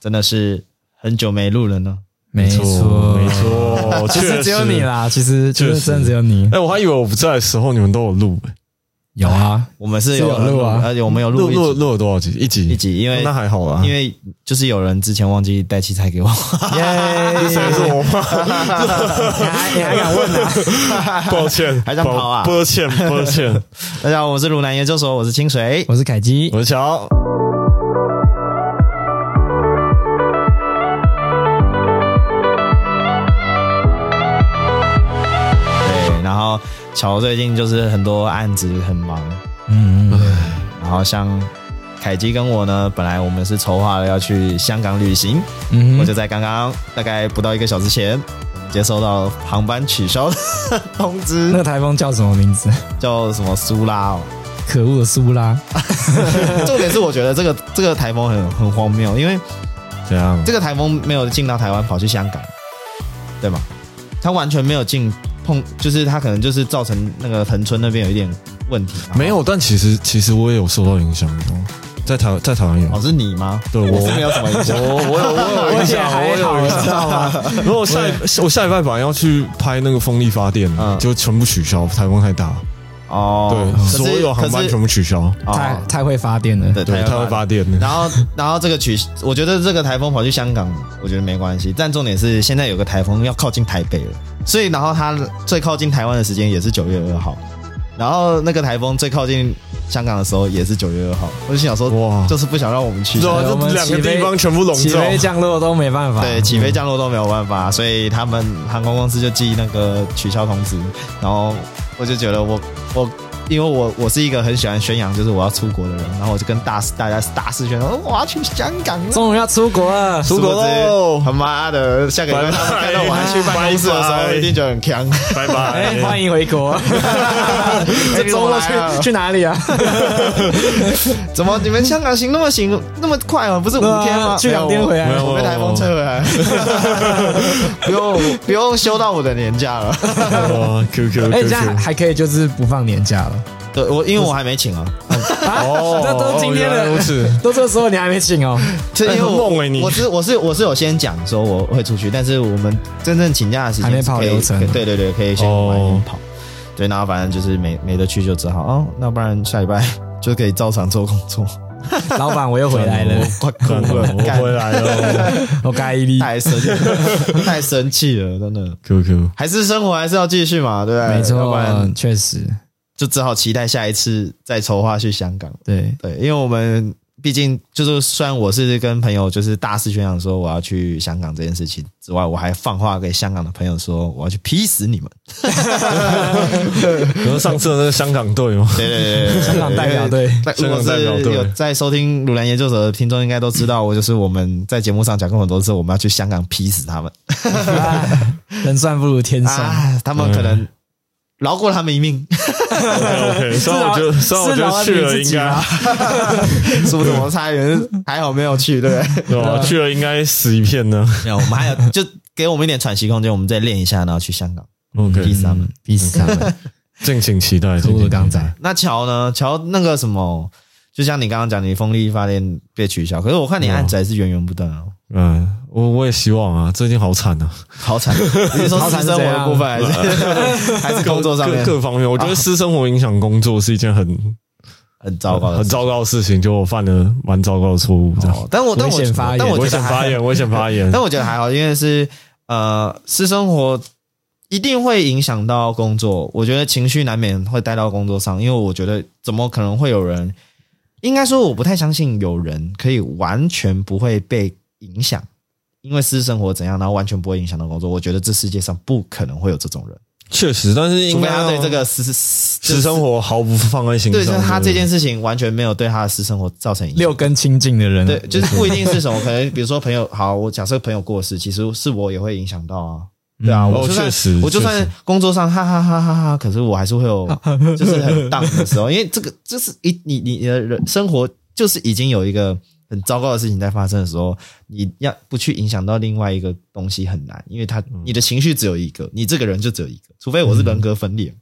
真的是很久没录了呢。没错，没。错， 其确实实只有你。啦，其实就确是实真的只有你哎、。我还以为我不在的时候你们都有录、哎有啊，我们是是有录啊而且我们有录录一录集录了多少集？一集一集，因为那还好啦。因为就是有人之前忘记带器材给我， 啊耶！谁说我吗？你还你还敢问啊？ 抱歉，还想跑啊抱抱歉，抱歉，大家好，我是鲁南研究所，我是清水。我是凯基，我是乔。对，然后乔最近就是很多案子很忙，嗯，嗯然后像凯基跟我呢，本来我们是筹划了要去香港旅行，嗯我哼，就在刚刚大概不到一个小时前，我们接收到航班取消的 通那知，个台风叫什么名字？叫什么苏拉 哦。可恶的苏拉，重点是我觉得这个这个台风很很荒谬，因为怎样？这个台风没有进到台湾，跑去香港，对吗？它完全没有进碰，就是它可能就是造成那个恒村那边有一点问题。没有，但其实其实我也有受到影响哦，在台在台湾有哦，，是你吗？ 对我是没有什么影响。我我有我有我影也响，还好，有影你响。知道吗？然后我下一我下礼拜本来要去拍那个风力发电嗯，就全部取消，台风太大，哦，对，可是所有航班全部取消，可是太哦，太会发电了，对，对，台太会湾发电了。然后，然后这个取，我觉得这个台风跑去香港，我觉得没关系。但重点是，现在有个台风要靠近台北了，所以然后它最靠近台湾的时间也是九月二号，然后那个台风最靠近香港的时候也是九月二号。我就心想说，哇就是不想让我们去。对啊，我们这两个起飞地方全部笼起罩，飞降落都没办法。对，起飞降落都没有办法，所以他们航空公司就寄那个取消通知。然后我就觉得我我。因为我我是一个很喜欢宣扬就是我要出国的人，然后我就跟大大家大肆宣扬，哦我要去香港了，终于要出国了，出国喽他，妈的，下个礼拜他们看到我还去办公室的时拜候，拜一定觉得很强。拜哎，欢拜。迎回国。这这周末边我来啊去去哪里啊？怎么你们香港行那么行那么快啊？不是五天吗？去两天回来没有我被台风吹回来， 不用不用休到我的年假了。哇，Q Q 哎， Q 这样 Q，还可以，就是不放年假了。对，我因为我还没请啊，啊，哦这都是今天原来如的，此。 都这时候你还没请哦。是因为很我猛欸你我是我是我是有先讲说我会出去，但是我们真正请假的时间还没是跑可以流程可以对对对，可以先哦晚一点跑。对，然后反正就是没没得去，就只好哦，那不然下礼拜就可以照常做工作。老板，我又 回 来了，我快哭了，我干回来了我该一粒。太生太生气了，真的。 ，Q Q。还是生活还是要继续嘛，对不对？没要不错然，确实，就只好期待下一次再筹划去香港。对，对，因为我们毕竟就是，虽然我是跟朋友就是大肆宣扬说我要去香港这件事情之外，我还放话给香港的朋友说我要去劈死你们。你说上次的那个香港队吗？对对对对对，香港代表队那如香果港代表是队有在收听《鲁南研究所》的听众，应该都知道，我就是我们在节目上讲过很多次，我们要去香港劈死他们。哎人算不如天算。啊，他们可能饶过他们一命， OK，虽然我觉得，虽然我是觉老得板去你了自应己该啊，是不是？我差点还好没有去，对不对？啊对吧？去了应该死一片呢。没有，我们还有就给我们一点喘息空间，我们再练一下，然后去香港 OK，劈死他们。逼死他们，敬请期待。可敬恶请的期钢待仔。那乔呢？乔那个什么，就像你刚刚讲，你风力发电被取消，可是我看你案子还是源源不断哦，嗯，我我也希望啊，最近好惨啊，好惨！你 是说私生活的部分还是 还是工作上面各各方面，我啊觉得私生活影响工作是一件很很糟糕的很事？糟糕的事情，就我犯了蛮糟糕的错误，这样哦但我但我危险发言但我危觉得险还发言，危险发 言但。我觉得还好，因为是呃，私生活一定会影响到工作。我觉得情绪难免会带到工作上，因为我觉得怎么可能会有人？应该说，我不太相信有人可以完全不会被影响，因为私生活怎样，然后完全不会影响到工作。我觉得这世界上不可能会有这种人，确实，但是除应非该他要对这个私私私生。活毫不放在心对，上。像他对这不对件事情完全没有对他的私生活造成影响。六根清净的人，对，就是不一定是什么，可能比如说朋友，好，我假设朋友过世，其实是我也会影响到啊。对啊，嗯哦我就算、哦确实我就确算实工作上哈哈哈哈哈，可是我还是会 有就是很荡的时候，因为这个这是一你你你的人生活就是已经有一个很糟糕的事情在发生的时候，你要不去影响到另外一个东西很难，因为他嗯你的情绪只有一个，你这个人就只有一个，除非我是人格分裂，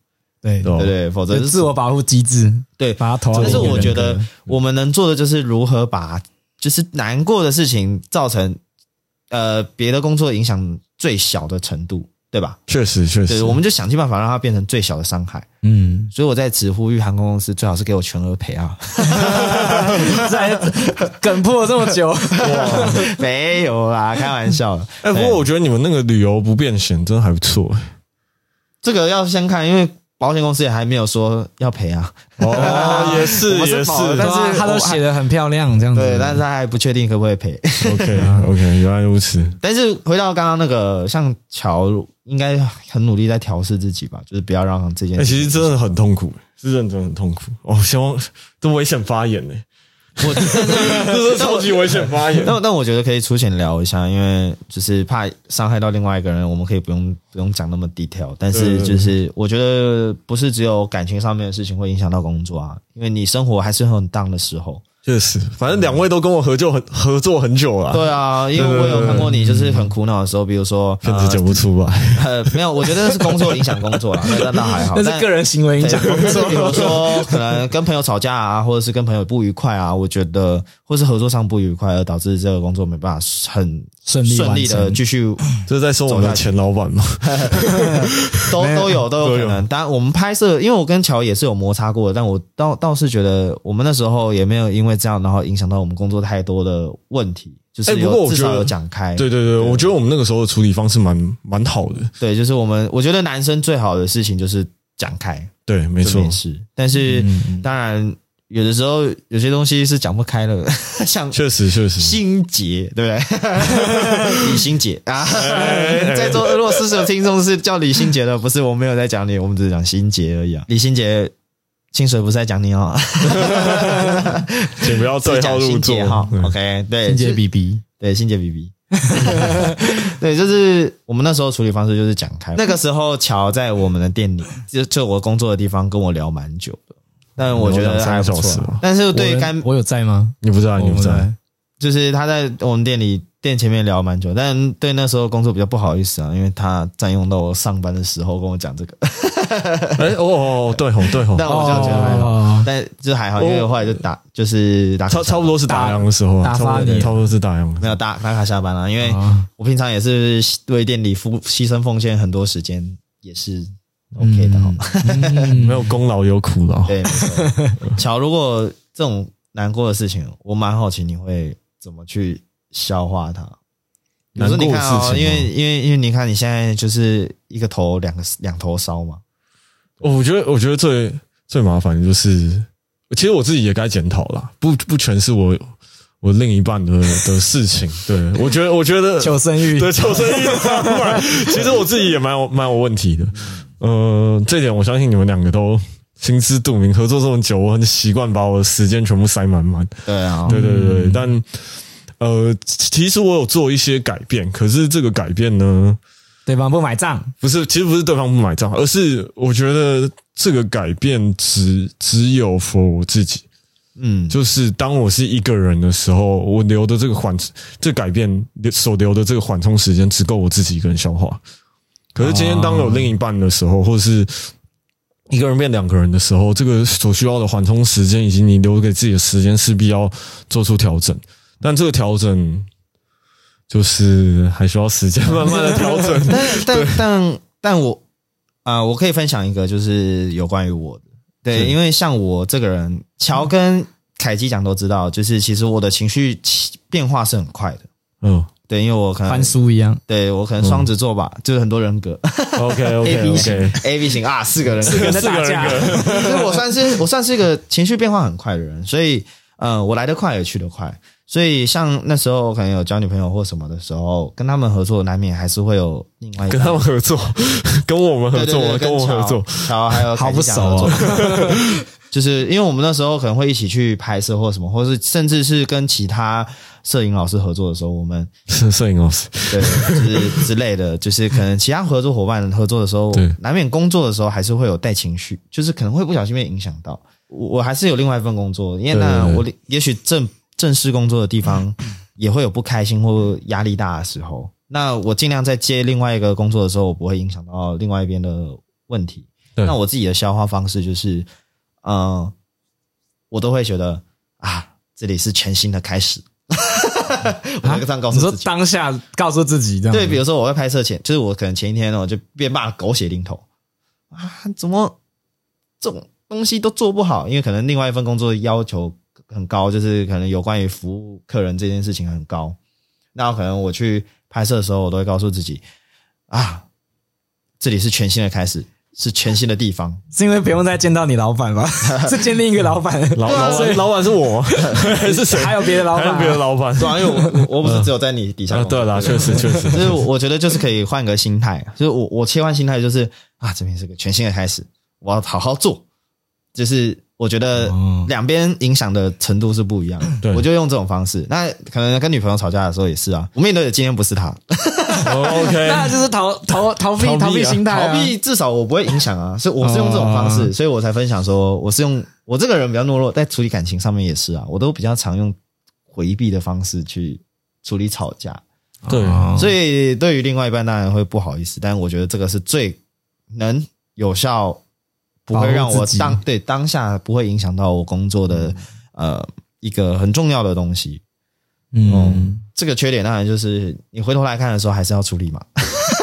嗯哦对对对不对？否则有是自我保护机制，对把它投到但另是一个人格。我觉得我们能做的就是如何把就是难过的事情造成呃别的工作影响最小的程度，对吧？确实确对，实，我们就想尽办法让它变成最小的伤害。嗯，所以我在此呼吁航空公司最好是给我全额赔啊！ 在梗破了这么久，没有啦，开玩笑的。哎，不过我觉得你们那个旅游不变险真的还不错，哎这个要先看，因为保险公司也还没有说要赔啊。 哦，也是我们是也是跑的但但是是他都写的很漂亮，嗯这样子。对，但是他还不确定可不可以赔。 ，OK 啊 OK，原来如此，但是回到刚刚那个，像乔应该很努力在调试自己吧，就是不要让这件哎，事。其实真的很痛苦，哎是认真很痛苦，哦，希望这危险发言呢，我 这是超级危险发言，但但我觉得可以粗浅聊一下，因为就是怕伤害到另外一个人，我们可以不用不用讲那么 detail。但是嗯就是我觉得不是只有感情上面的事情会影响到工作啊，因为你生活还是很 down 的时候。确实，反正两位都跟我合作很合作很久了，对啊，因为我有看过你就是很苦恼的时候，比如说骗子讲不出来。呃 没有，我觉得是工作影响工作啦， 那那倒还好。那但是个人行为影响对就是比如说，可能跟朋友吵架啊，或者是跟朋友不愉快啊，我觉得，或是合作上不愉快，而导致这个工作没办法很顺利顺利的完成继续这是在说我们的前老板吗？都没有都有都有可能。当然，我们拍摄，因为我跟乔也是有摩擦过的，但我倒倒是觉得我们那时候也没有因为这样，然后影响到我们工作太多的问题，就是哎有、不过我至觉少得有讲开。对对对，我觉得我们那个时候的处理方式蛮蛮好的。对，就是我们，我觉得男生最好的事情就是讲开，对，没这错嗯件，事。但是、当然，有的时候有些东西是讲不开的， 像确实确实。心结，对不对？ 李心结啊，哎在座如果四十有听众是叫李心结的，不是我没有在讲你，我们只是讲心结而已啊。李心结，清水不是在讲你哦，请不要是对号讲入心座结哈。嗯 OK，对，心结是 B B，对心结 BB。对，就是我们那时候处理方式就是讲开。那个时候，乔在我们的店里，就就我工作的地方，跟我聊蛮久的，但我觉聊得两还三不个小时错吧。但是对我于人干我有在吗？你不知道，你我不知道，在就是他在我们店里店前面聊蛮久，但对那时候工作比较不好意思啊，因为他占用到我上班的时候跟我讲这个， 哎哦哦，哦对吼对吼，但我就觉得还好，哦但就还好，因为我后来就打就是打卡差差不多是打烊的时候啊，打打差不发多你差不多是打烊的没时候。有打打卡下班啊了、因为哦我平常也是为店里付牺牲奉献很多时间，也是 OK 的哈、哦嗯没有功劳有苦劳，对，没错。 巧，如果这种难过的事情，我蛮好奇你会怎么去消化它。比如说你看难过哦，的事情啊因吗为因为因为你看你现在就是一个头两个两头烧嘛，哦我觉得，我觉得最最麻烦的就是，其实我自己也该检讨啦，不不全是我我另一半的的事情。对我觉得，我觉得求生欲，对求生欲，不然其实我自己也蛮有蛮有问题的。呃，这点我相信你们两个都心知肚明，合作这么久，我很习惯把我的时间全部塞满满。对啊，对对对，但呃，其实我有做一些改变，可是这个改变呢，对方不买账，不是，其实不是对方不买账，而是我觉得这个改变只只有 for 我自己。嗯，就是当我是一个人的时候，我留的这个缓，这改变所留的这个缓冲时间，只够我自己一个人消化。可是今天当有另一半的时候，或者是一个人变两个人的时候，这个所需要的缓冲时间以及你留给自己的时间，势必要做出调整。但这个调整，就是还需要时间慢慢的调整。但但但但我啊、我可以分享一个，就是有关于我的，对，是嗯因为像我这个人，乔跟凯基讲都知道，就是其实我的情绪起变化是很快的，嗯对，因为我可能翻书一样，对我可能双子座吧，就是很多人格，OK A B OK 型 OK， A B 型啊，四个人格，四个人嗯四个人格 所以我算是我算是一个情绪变化很快的人，所以呃，我来得快也去得快，所以像那时候可能有交女朋友或什么的时候，跟他们合作难免还是会有另外一跟半他们合作，跟我们合对对作，对，跟我乔合作，，乔还有好凯不基熟讲合哦作， 就是因为我们那时候可能会一起去拍摄或什么，或是甚至是跟其他摄影老师合作的时候，我们摄摄影老师。对，就是之类的，就是可能其他合作伙伴合作的时候对，难免工作的时候还是会有带情绪，就是可能会不小心被影响到。我我还是有另外一份工作，因为那对对对我也许正正式工作的地方也会有不开心或压力大的时候。那我尽量在接另外一个工作的时候，我不会影响到另外一边的问题。对那我自己的消化方式就是，呃嗯、我都会觉得啊，这里是全新的开始， 我会这样告啊你诉说自己。当下告诉自己这样，对，比如说我在拍摄前，就是我可能前一天哦，就被骂狗血淋头啊，怎么这种东西都做不好？因为可能另外一份工作要求很高，就是可能有关于服务客人这件事情很高。那可能我去拍摄的时候，我都会告诉自己啊，这里是全新的开始，是全新的地方。是因为不用再见到你老板吧？是见另一个老板，老老板老板是我，还啊 是谁？还有别的老还板有啊，别的老板？对啊，因为我我我不是只有在你底下啊，工作、对啦，确实确 实，就是我觉得就是可以换个心态，啊就是我我切换心态就是啊，这边是个全新的开始，我要好好做。就是我觉得两边影响的程度是不一样的，对我就用这种方式。那可能跟女朋友吵架的时候也是啊，我面对的今天不是她，哦 OK，那就是逃逃逃避逃避啊逃避心态啊，逃避至少我不会影响啊，所以我是用这种方式，所以我才分享说我是用我这个人比较懦弱，在处理感情上面也是啊，我都比较常用回避的方式去处理吵架。 对，哦所以对于另外一半当然会不好意思，但我觉得这个是最能有效，不会让保护我自己当对当下不会影响到我工作的、呃一个很重要的东西。哦嗯，这个缺点当然就是你回头来看的时候还是要处理嘛，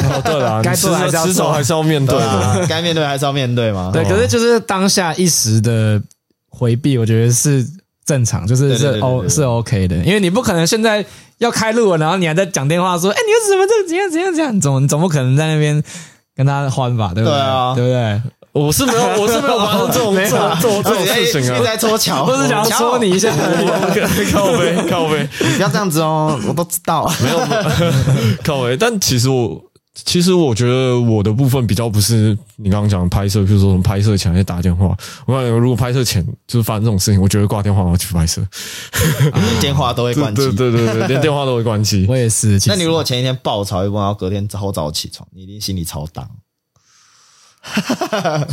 哦对啦，该做的还是要至少做还是要面对啊对的。啊， 该面对还是要面对嘛。对。可是就是当下一时的回避，我觉得是正常，就是对对是对对 O 对是 OK 的，因为你不可能现在要开录了，然后你还在讲电话说，哎，你为什么这个怎样怎样怎样，总总不可能在那边跟他欢吧，对不对？对啊对不对？我是 没有，我是没有发生这种这种这种这种事情你啊。哦在搓巧，我只是想要巧说你一下，哦哎 靠背靠背你不要这样子哦，我都知 道。没有， 靠背，但其实我其实我觉得我的部分比较不是你刚刚讲的拍摄，比如说什么拍摄前还打电话。我感觉如果拍摄前就是发生这种事情，我觉得挂电话我要去拍摄，电话都会对关机对。对 对对，连电话都会关机。 我也是。其实那你如果前一天爆吵一波，然后隔天超早起床，你一定心里超荡。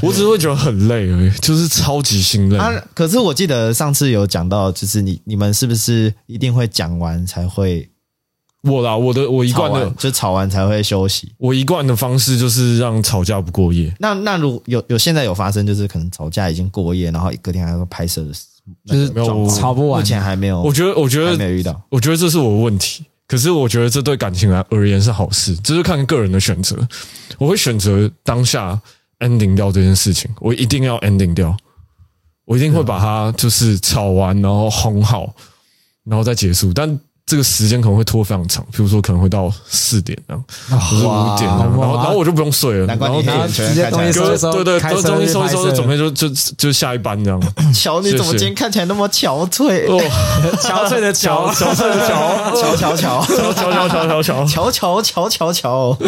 我只是会觉得很累而已，就是超级心累。啊，可是我记得上次有讲到，就是你你们是不是一定会讲完才会我啦，我的我一吵贯的完，就吵完才会休息？我一贯的方式就是让吵架不过夜。那那如有有现在有发生，就是可能吵架已经过夜，然后隔天还要拍摄的时候，就是没有我吵不完目，前还没有，我觉得，我觉哦还没有得，遇到。我觉得这是我的问题。可是我觉得这对感情来而言是好事，这是看个人的选择。我会选择当下 ending 掉这件事情，我一定要 ending 掉，我一定会把它就是吵完，然后哄好，然后再结束。但这个时间可能会拖非常长，比如说可能会到四点这样，或者五点这样，然后然后我就不用睡了，难怪然你后黑眼直圈接看起来东西收一收对对，开车都东西去收一拍收，摄就准备就就就下一班这样。乔，你怎么是是今天看起来那么憔悴？哦，憔 悴的乔憔，乔乔乔乔乔乔乔乔乔乔乔，乔乔乔乔乔，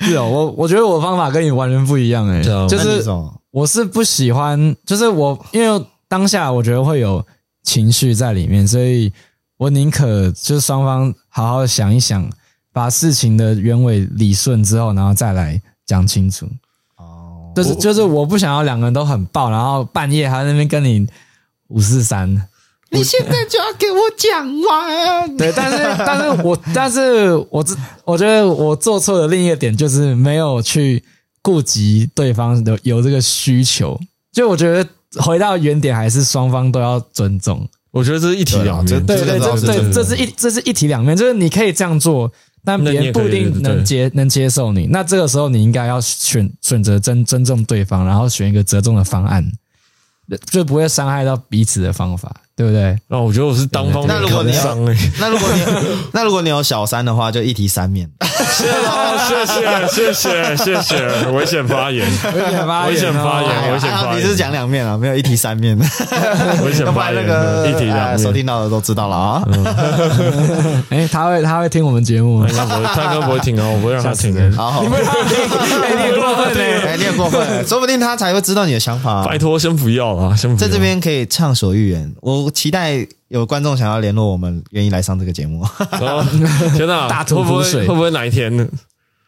是哦，我我觉得我方法跟你完全不一样哎、就哦那你是怎么我是不喜欢，就是我因为当下我觉得会有情绪在里面，所以我宁可就是双方好好想一想，把事情的原委理顺之后，然后再来讲清楚。哦，就是就是我不想要两个人都很爆，然后半夜还在那边跟你五四三。你现在就要给我讲完。对，但是 但是我但是我这我觉得我做错的另一个点就是没有去顾及对方的有这个需求，就我觉得回到原点还是双方都要尊重。我觉得这是一体两面，对对这对，个倒这是真对的这是一这是一体两面，就是你可以这样做，但别那你人也可不以一定能对接能接受你。那这个时候你应该要选选择尊尊重对方，然后选一个折中的方案，就不会伤害到彼此的方法，对不 对？那哦我觉得我是单方面那如果你扛要伤哎，那如果你 那如果你有小三的话，就一提三面。啊谢哦谢谢谢谢谢，危险发言，危险发哦危险发言哎危险啊发言你是讲两面啊，没有一提三面。 危险要不发然那言，个一体哎两收面。嗯听到的都知道了啊。 哎、他会他会听我们节目他应该不会，他应该不会听啊，我不会让他听的。好，哎你很过分嘞、哎，你很过分了，说不定他才会知道你的想法啊拜。托，啊先不要啦，先不要。在这边可以畅所欲言，我期待有观众想要联络我们，愿意来上这个节目， 哦，天哪，大吐会不苦会水会不会哪一天呢？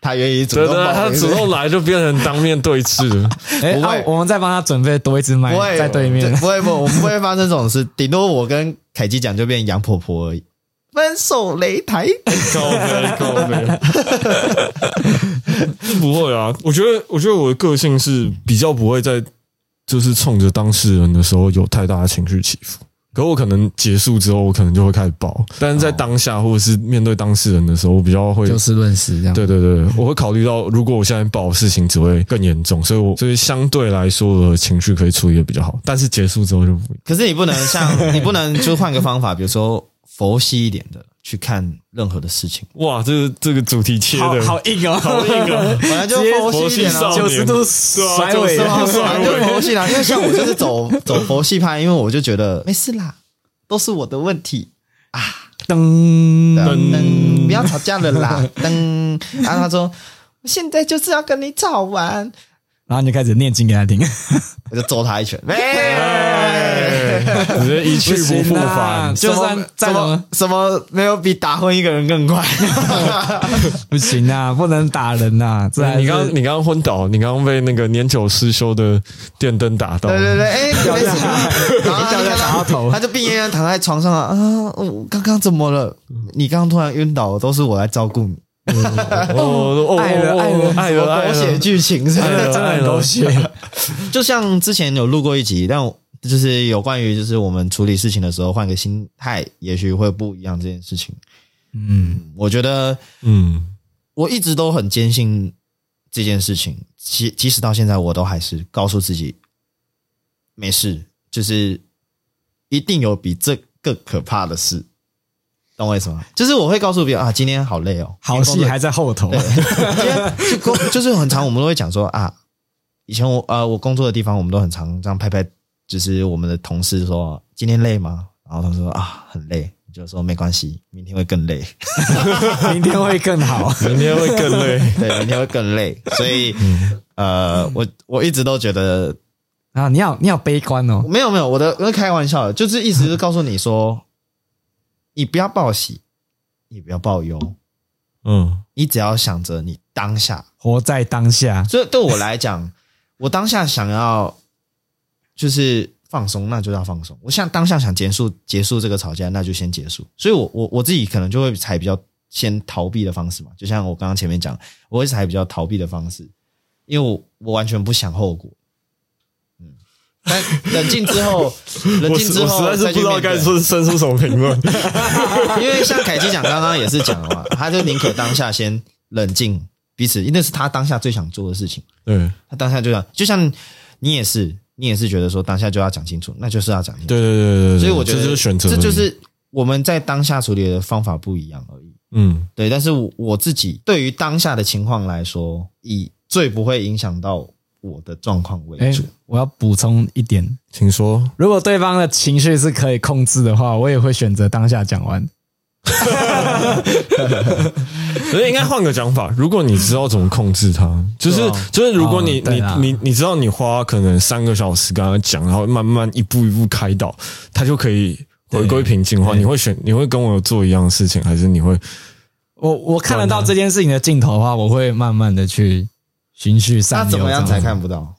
他愿意主对动对，报啊他名主动来就变成当面对峙了。哎、不会啊我们再帮他准备多一只麦不会在对面。不会不会，我们不会发生这种事，顶多我跟凯基讲就变杨婆婆而已。分手擂台，高 飞高飞， 不会啊！我觉得，我觉得我的个性是比较不会在就是冲着当事人的时候有太大的情绪起伏，可我可能结束之后，我可能就会开始爆，但是在当下或者是面对当事人的时候，我 比较会就事论事这样。对对对，我会考虑到，如果我现在爆，事情只会更严重，所以我所以相对来说，我的情绪可以处理的比较好。但是结束之后就不一样可是你不能像你不能就换个方法，比如说佛系一点的去看任何的事情，哇，这个这个主题切好的好硬哦，好硬 啊！本来就直接佛系一点啊佛系少。九十度甩尾对啊90度本甩来尾就佛系啦，因为像我就是走走佛系派，因为我就觉得没事啦，都是我的问题，噔噔嗯噔，不要吵架了啦，噔。然后他说，我现在就是要跟你吵完，然后你就开始念经给他听， 我就揍他一拳。哎直接一去不复行啊返，就算什再怎么么什么没有比打昏一个人更快。不行啊，不能打人呐、啊，这还是你刚你刚刚昏倒，你刚刚被那个年久失修的电灯打到哦对，对对， 哎，没事。然后他就看打到头他就病恹恹躺在床上啊，啊我刚刚怎么了？嗯你刚刚突然晕倒，都是我来照顾你。哦哦哦，爱了爱了爱了，爱狗血了，剧情是不爱是了 真的很狗血，就像之前有录过一集，但我就是有关于就是我们处理事情的时候换个心态，也许会不一样这件事情。嗯，我觉得嗯，我一直都很坚信这件事情，即即使到现在，我都还是告诉自己没事，就是一定有比这更可怕的事。懂我意思吗？就是我会告诉别人啊，今天好累哦， 好戏还在后头， 今天就工就是很常，我们都会讲说啊，以前我呃我工作的地方，我们都很常这样拍拍，就是我们的同事说今天累吗？然后他们说啊很累，你就说没关系，明天会更累， 明天会更好。明天会更累。对，明天会更累。所以呃，我我一直都觉得啊，你好，你好悲观哦，没有没有，我的我在开玩笑的，就是意思是告诉你说，你不要报喜，你不要报忧，嗯，你只要想着你当下活在当下。所以对我来讲，我当下想要就是放松，那就要放松；我想当下想结束结束这个吵架，那就先结束。所以我，我我自己可能就会采比较先逃避的方式嘛，就像我刚刚前面讲，我会采比较逃避的方式，因为我我完全不想后果。嗯， 但冷静之后，冷我静实之我后实在是再去不知道面对该说伸出什么评论。因为像凯基讲刚刚也是讲了嘛，他就宁可当下先冷静彼此，那是他当下最想做的事情。 对他当下就想，就像你也是，你也是觉得说当下就要讲清楚，那就是要讲清楚。对对对对对，所以我觉得这就是选择而这已，就是我们在当下处理的方法不一样而已。嗯对，但是我我自己对于当下的情况来说，以最不会影响到我的状况为哎主。，我要补充一点，请说。如果对方的情绪是可以控制的话，我也会选择当下讲完。所以应该换个讲法，如果你知道怎么控制它，就是、对啊就是，如果你、哦对啦你你你知道你花可能三个小时跟他讲，然后慢慢一步一步开导，他就可以回归平静的话，你会选你会跟我做一样的事情，还是你会我我看得到这件事情的尽头的话，我会慢慢的去循序那善怎诱。么样这才看不到？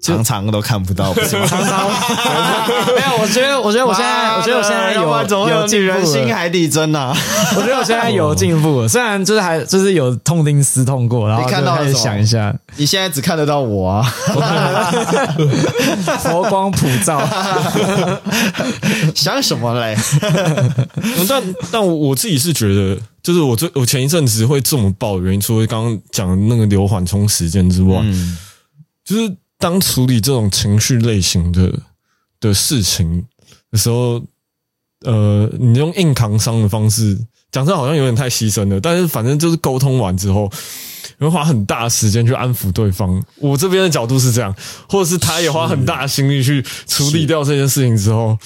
常常都看不到， 不是吗？ 常常没有，我觉得，我觉得我现在，我觉得我现在要不然怎么会有有有女进人步心啊了。海底针呐？ 我觉得我现在有进步了，虽然就是还就是有痛定思痛过，然后你就看到了开始什么想一下你现在只看得到我啊， 佛光普 照。想什么嘞？嗯但但我我自己是觉得，就是我最我前一阵子会这么爆的原因，除了刚刚讲的那个留缓冲时间之外，嗯就是当处理这种情绪类型的的事情的时候，呃，你用硬扛伤的方式，讲这好像有点太牺牲了，但是反正就是沟通完之后。你会花很大的时间去安抚对方，我这边的角度是这样，或者是他也花很大的心力去处理掉这件事情之后，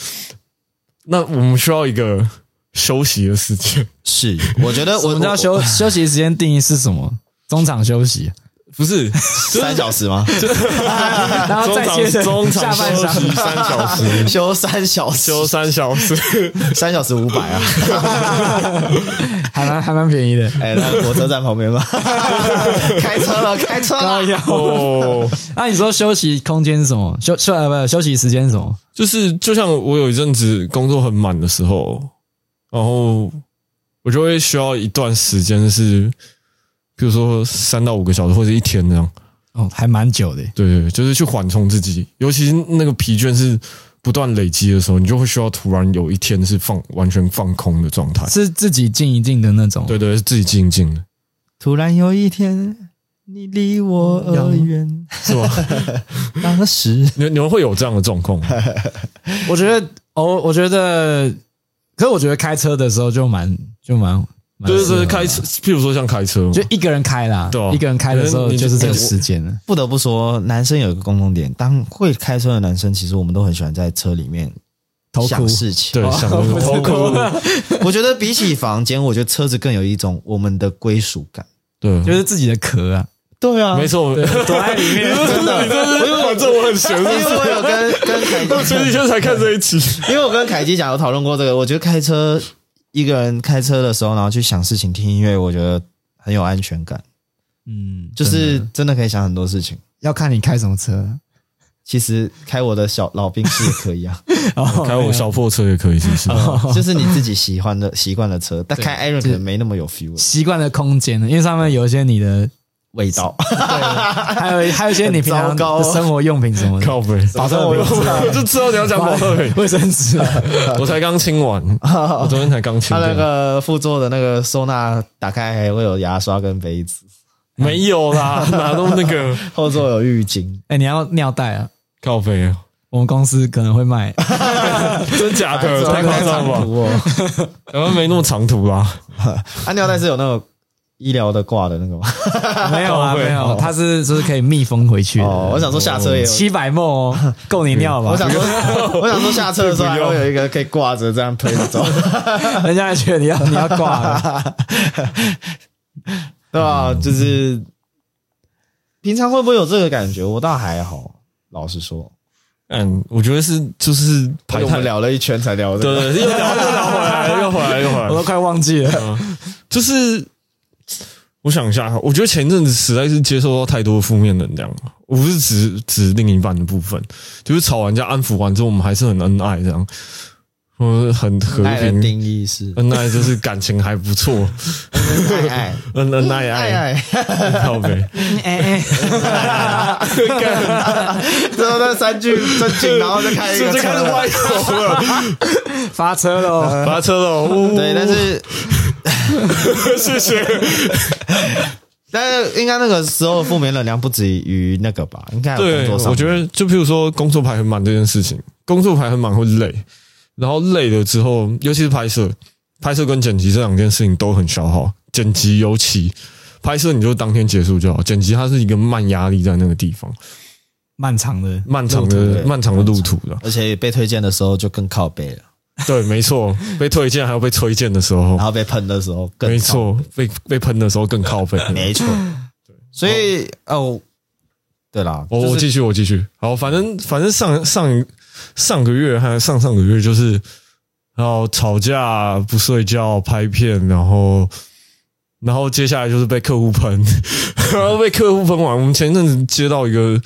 那我们需要一个休息的时间，是，我觉得我我们知道休休息时间定义是什么？中场休 息，不是？ 三小时吗？然后再接着中下场半休场。息三小时，休三小时，休三小时， 三小时五百啊！还蛮还蛮便宜的。哎，那火车站旁边吗？ 开车了，开车了。哦，那、你说休息空间是什么？休休呃不休息时间是什么？就是就像我有一阵子工作很满的时候，然后我就会需要一段时间是，比如说三到五个小时或者一天那样，哦，还蛮久的。对对，就是去缓冲自己，尤其是那个疲倦是不断累积的时候，你就会需要突然有一天是放完全放空的状态。是自己静一静的那种。对对，自己静静的，突然有一天，你离我呃而远，是吧？当时你你们会有这样的状况吗？我觉得，哦，我觉得，可是我觉得开车的时候就蛮就蛮，蛮对对适合对，的啊开车，譬如说像开车嘛，就一个人开啦，对啊一个人开的时候可是你就是这个你时间啊了。不得不说，男生有一个共同点，当会开车的男生，其实我们都很喜欢在车里面偷哭想事情。对，想那个偷哭，我觉得比起房间，我觉得车子更有一种我们的归属感。对，就是自己的壳啊，对啊没错，你躲在里面。这是玩这我很闲，是因不为是？我有跟跟 凯 基所以你现在才看这一期，因为我跟凯基讲有讨论过这个，我觉得开车一个人开车的时候，然后去想事情、听音乐，我觉得很有安全感，嗯，就真是的真的可以想很多事情。要看你开什么车。其实开我的小老兵是也可以 啊，哦 开我小破车也可以，是不是？就是你自己喜欢的习惯的车，但开 Aaron 可能没那么有 feel 习惯的空间呢，因为上面有一些你的，味 道。还有还有一些你平常很糟糕的生活用品什么的，靠 背，保特瓶之类我的就知道你要讲保特瓶，卫生纸啊， 我才刚清 完，我昨天才刚清他那完，个副座的那个收纳打开还会有牙刷跟杯子，没有 啦，哪都那个后座有浴 巾， 哎，你要尿袋啊？靠背啊，我们公司可能会卖，真假的 太夸张了吧，哦。台湾没那么长途啦，啊， 尿袋是有那种医疗的挂的那个吗？没有啊，哦会没有哦，它是就是可以密封回去的。哦，我想说下车也有。七百梦哦，够你 尿我吧？想说，我想说下车的时候还会有一个可以挂着这样推着走， 人家还觉得你要你要挂了，对嗯吧？就是平常会不会有这个感觉？我倒还好，老实说，嗯，我觉得是就是排我太们，聊了一圈才聊这对个，对，对又聊又聊回来，又回来又回来 我，都快忘记了。就是我想一下，我觉得前阵子实在是接受到太多负面能量了。我不是指指另一半的部分，就是吵完架、安抚完之后，我们还是很恩爱这样，我很和爱的平。定义 是恩爱就是感情还不错， 爱爱恩恩爱爱爱， 爱，靠背，哎哎，最后那三句真情，然后再开一是个就开始车。歪 头了， 发车喽！拔车了，呜对，但是 谢谢。但是应该那个时候负面能量不止于那个吧，应该有工对，作上。我觉得就譬如说工作排很满这件事情，工作排很满会累，然后累了之后，尤其是拍摄，拍摄跟剪辑这两件事情都很消耗，剪辑尤其。拍摄你就当天结束就好，剪辑它是一个慢压力在那个地方，漫长的 漫长路途的对漫长的路途了。而且被推荐的时候就更靠背哦了，对，没错，被推荐还有被推荐的时候然，后被喷的时候更没靠错，被被喷的时候更 靠背。没错，所以哦，对啦，我就哦我是继续，我继续。好，反正反正上上上个月还上上个月就是，然后吵架不睡觉拍片，然后然后接下来就是被客户喷， 然后被客户喷完，我们前一阵子接到一个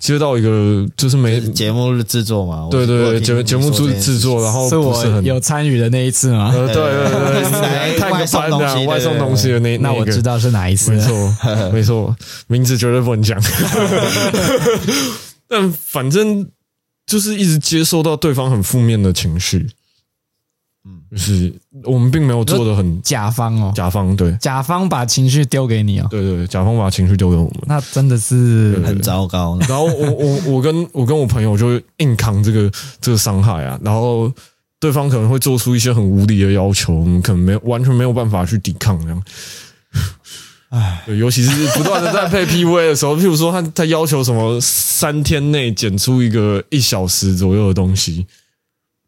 接到一个就是没节目日制作嘛，我哎对我对对有听节你节目说制这件事制作，然后是不我是很有参与的那一次吗？呃对对 对来对，探外个送班东啊西外对送对东西的那那那我个知道是哪一次没了。错，没错，名字绝对不能讲。 但反正就是一直接收到对方很负面的情绪，嗯，就是我们并没有做的很甲方哦，甲方，对甲方把情绪丢给你哦，嗯对对，甲方把情绪丢给我们。那真的是很糟糕，然后我我我跟我跟我朋友就硬扛这个这个伤害啊，然后对方可能会做出一些很无理的要求，我们可能没有完全没有办法去抵抗这样。唉，尤其是不断的在被 PUA 的时候，譬如说他他要求什么三天内剪出一个一小时左右的东西，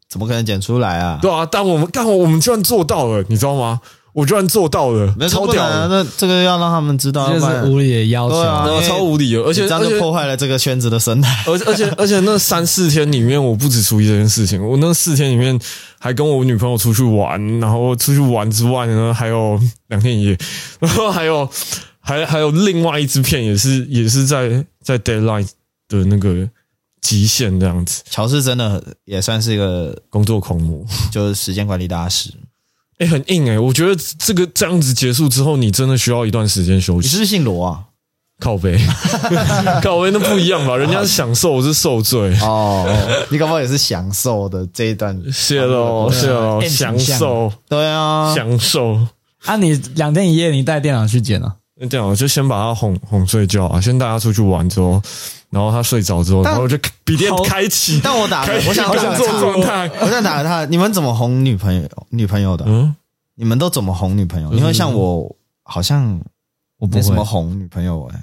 怎么可能剪出来啊？对啊，但我们但我们居然做到了，你知道吗？我居然做到了没，有超不屌能啊，的，那这个要让他们知道，就要不是然无理的要对啊求。对啊，超无理的，而且你这样而且就破坏了这个圈子的生态。 而而且而且那三四天里面，我不止处理这件事情，我那四天里面还跟我女朋友出去玩，然后出去玩之外呢，还有两天一夜，然后还有还还有另外一支片也是也是在在 deadline 的那个极限这样子，乔治真的也算是一个工作狂魔，就是时间管理大师。哎、很硬哎、我觉得这个这样子结束之后，你真的需要一段时间休你息。是不是姓罗啊？靠背， 靠背那不一样吧？人家是享受，我是受罪。哦，你搞不好也是享受的这一段。谢喽，谢喽，对啊享受，对啊，享受。啊，你两天一夜你带电脑去剪啊？那这样，我就先把他哄哄睡觉啊，先带他出去玩之后，然后他睡着之后，但然后我就笔电好开启，但我打了开，启我想好打想个这种状岔，态。我想打个岔。你们怎么哄女朋友？女朋友的，嗯，你们都怎么哄女朋友？因为像我，好像我不没什么会，。哄女朋友哎、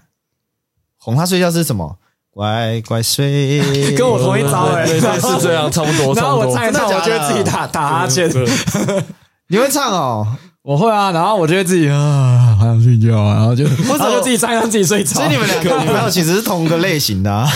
哄她睡觉是什么？乖乖睡 跟我同一招哎、对对是这样，差不 多，然差后不我多。唱一真唱，的假我的就会自己打打哈欠。对你会唱 哦，我会啊，然后我就会自己啊，好想睡觉啊，然后就然么后就自己唱一唱，自己睡着。所以你们两个女朋友其实是同个类型的、 啊。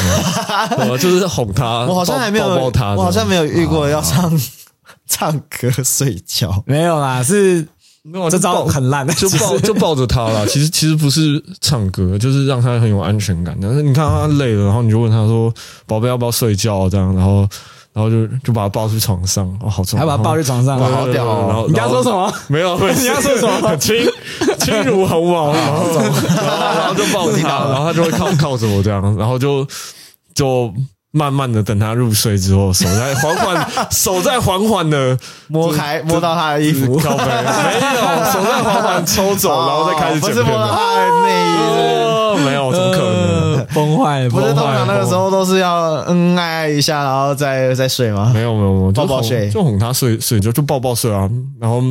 对就是 哄他，我好像抱还没有，抱啊抱他，我好像没有遇过要唱、 唱歌睡觉。没有啦，是没有这招哦抱很烂， 就抱就抱着他 啦。其实其实不是唱歌，就是让他很有安全感。但是你看他累了，然后你就问他说：“宝贝，要不要睡觉？”这样，然后然后就就把他抱去床上，哦，好重，还把他抱去床上。啊然后好屌哦然后你刚刚说什？么？没有，你刚刚说什么？轻轻如鸿毛，然后然后就抱他，然后他就会靠靠着我这样，然后就就。慢慢的，等他入睡之后，手在 缓缓，手在缓缓的摸开摸到她的衣靠服，背，没有，手在缓缓抽走，然后再开始哦剪不是片摸到头。她的内衣是哦，没 有，怎么可能？呃崩坏了，不是，不是崩通坏常了。那个时候都是要恩爱一下，然后再再睡吗？没有没有没有，就抱抱哄睡就哄他睡睡就就抱抱睡啊，然后